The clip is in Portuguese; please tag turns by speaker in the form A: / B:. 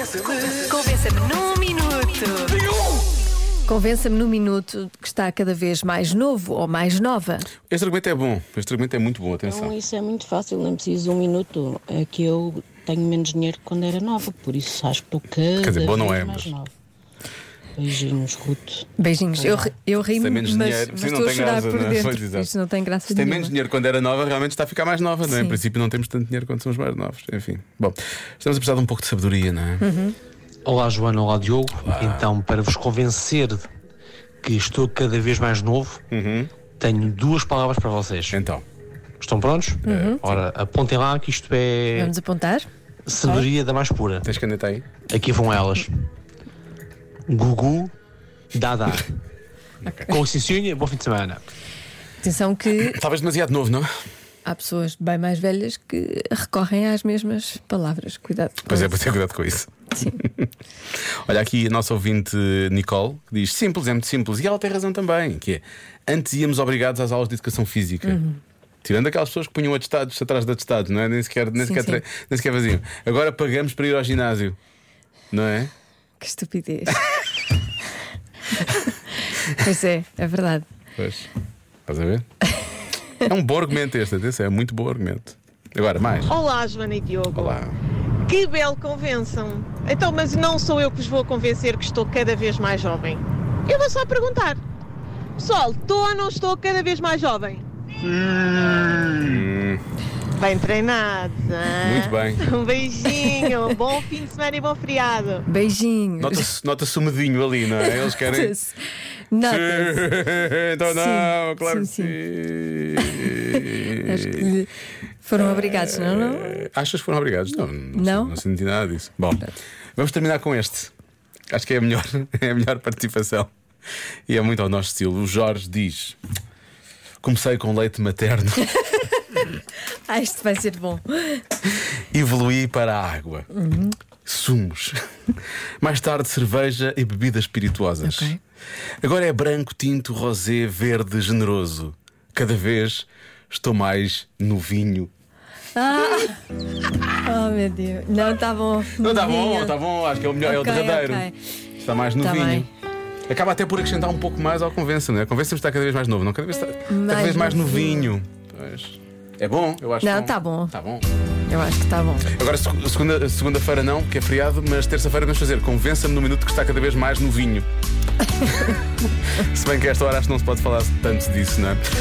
A: Convença-me. Convença-me num minuto.
B: Convença-me num minuto que está cada vez mais novo ou mais nova.
C: Este argumento é bom, este argumento é muito bom, atenção.
B: um
D: Então isso é muito fácil, não preciso um minuto. É que eu tenho menos dinheiro que quando era nova, por isso acho que estou cada
C: Quer dizer, bom não
D: vez
C: é,
D: mais
C: mas-
D: nova. Beijinhos, Ruto.
B: Beijinhos. Eu, ri- eu ri
C: Tem menos
B: mas,
C: dinheiro,
B: mas
C: sim, não
B: estou a
C: tem
B: chorar
C: graça,
B: por
C: não é? Pois,
B: dentro.
C: exato.
B: Isto não tem graça
C: Se tem
B: nenhuma.
C: menos dinheiro quando era nova, realmente está a ficar mais nova, não é? Em
B: Sim.
C: princípio não temos tanto dinheiro quando somos mais novos. Enfim. Bom, estamos a precisar de um pouco de sabedoria, não é?
B: Uhum.
E: Olá Joana, olá Diogo. Então, para vos convencer que estou cada vez mais novo, tenho duas palavras para vocês.
C: Então,
E: Estão prontos? Ora, apontem lá que isto é
B: Vamos apontar?
E: sabedoria da mais pura.
C: tens caneta aí?
E: Aqui vão elas. Gugu Dada. Com licencinha, bom fim de semana.
B: Atenção que
C: Talvez demasiado novo, não?
B: há pessoas bem mais velhas que recorrem às mesmas palavras. Cuidado. com
C: Pois é,
B: isso.
C: para ter cuidado com isso.
B: Uhum. Sim.
C: Olha aqui a nossa ouvinte Nicole, que diz simples, é muito simples. E ela tem razão também, que é antes íamos obrigados às aulas de educação física.
B: Uhum.
C: Tirando aquelas pessoas que punham atestados atrás de atestados, não é? Nem sequer, nem
B: Sim,
C: sequer,
B: sim.
C: tra- nem sequer faziam. Agora pagamos para ir ao ginásio, não é?
B: Que estupidez. pois é, é verdade.
C: Pois. Estás a ver? É um bom argumento este, atenção, é muito bom argumento. Agora, mais.
F: Olá, Joana e Diogo.
C: Olá.
F: Que belo convençam. Então, mas não sou eu que vos vou convencer que estou cada vez mais jovem. Eu vou só perguntar. Pessoal, estou ou não estou cada vez mais jovem? Bem treinado.
C: Hum. Muito bem.
F: Um beijinho, bom fim de semana e bom feriado.
B: Beijinhos.
C: Nota-se nota-se o medinho ali, não é? Eles querem.
B: Nota-se. Nota-se.
C: então não,
B: Sim,
C: claro
B: sim,
C: que sim.
B: Acho que lhe foram obrigados, não? não?
C: Eh, Achas que foram obrigados? Não, não,
B: Não?
C: sei- não senti nada disso. Bom, vamos terminar com este. Acho que é a melhor, é a melhor participação. E é muito ao nosso estilo. O Jorge diz: Comecei com leite materno,
B: Ah, isto vai ser bom.
C: evoluí para a água, sumos, mais tarde cerveja e bebidas espirituosas.
B: Ok.
C: Agora é branco, tinto, rosé, verde, generoso. Cada vez estou mais no vinho.
B: Oh Ah. meu Deus. Não, está bom.
C: Não, está bom,
B: Novinha.
C: está bom, acho que é o melhor, é o
B: Ok,
C: derradeiro.
B: ok.
C: Está mais novinho.
B: Tá bem.
C: Acaba até por acrescentar um pouco mais ao convença-me, não é? Convença-me está cada vez mais novo, não? Cada vez, está, cada
B: Mais
C: vez mais
B: novinho.
C: novinho. Pois. É bom, eu acho
B: Não,
C: que
B: tá bom.
C: Tá bom.
B: Eu acho que está bom.
C: Agora, seg- segunda- segunda-feira não, que é feriado, mas terça-feira vamos fazer. Convença-me no minuto que está cada vez mais novinho. se bem que a esta hora acho que não se pode falar tanto disso, não é?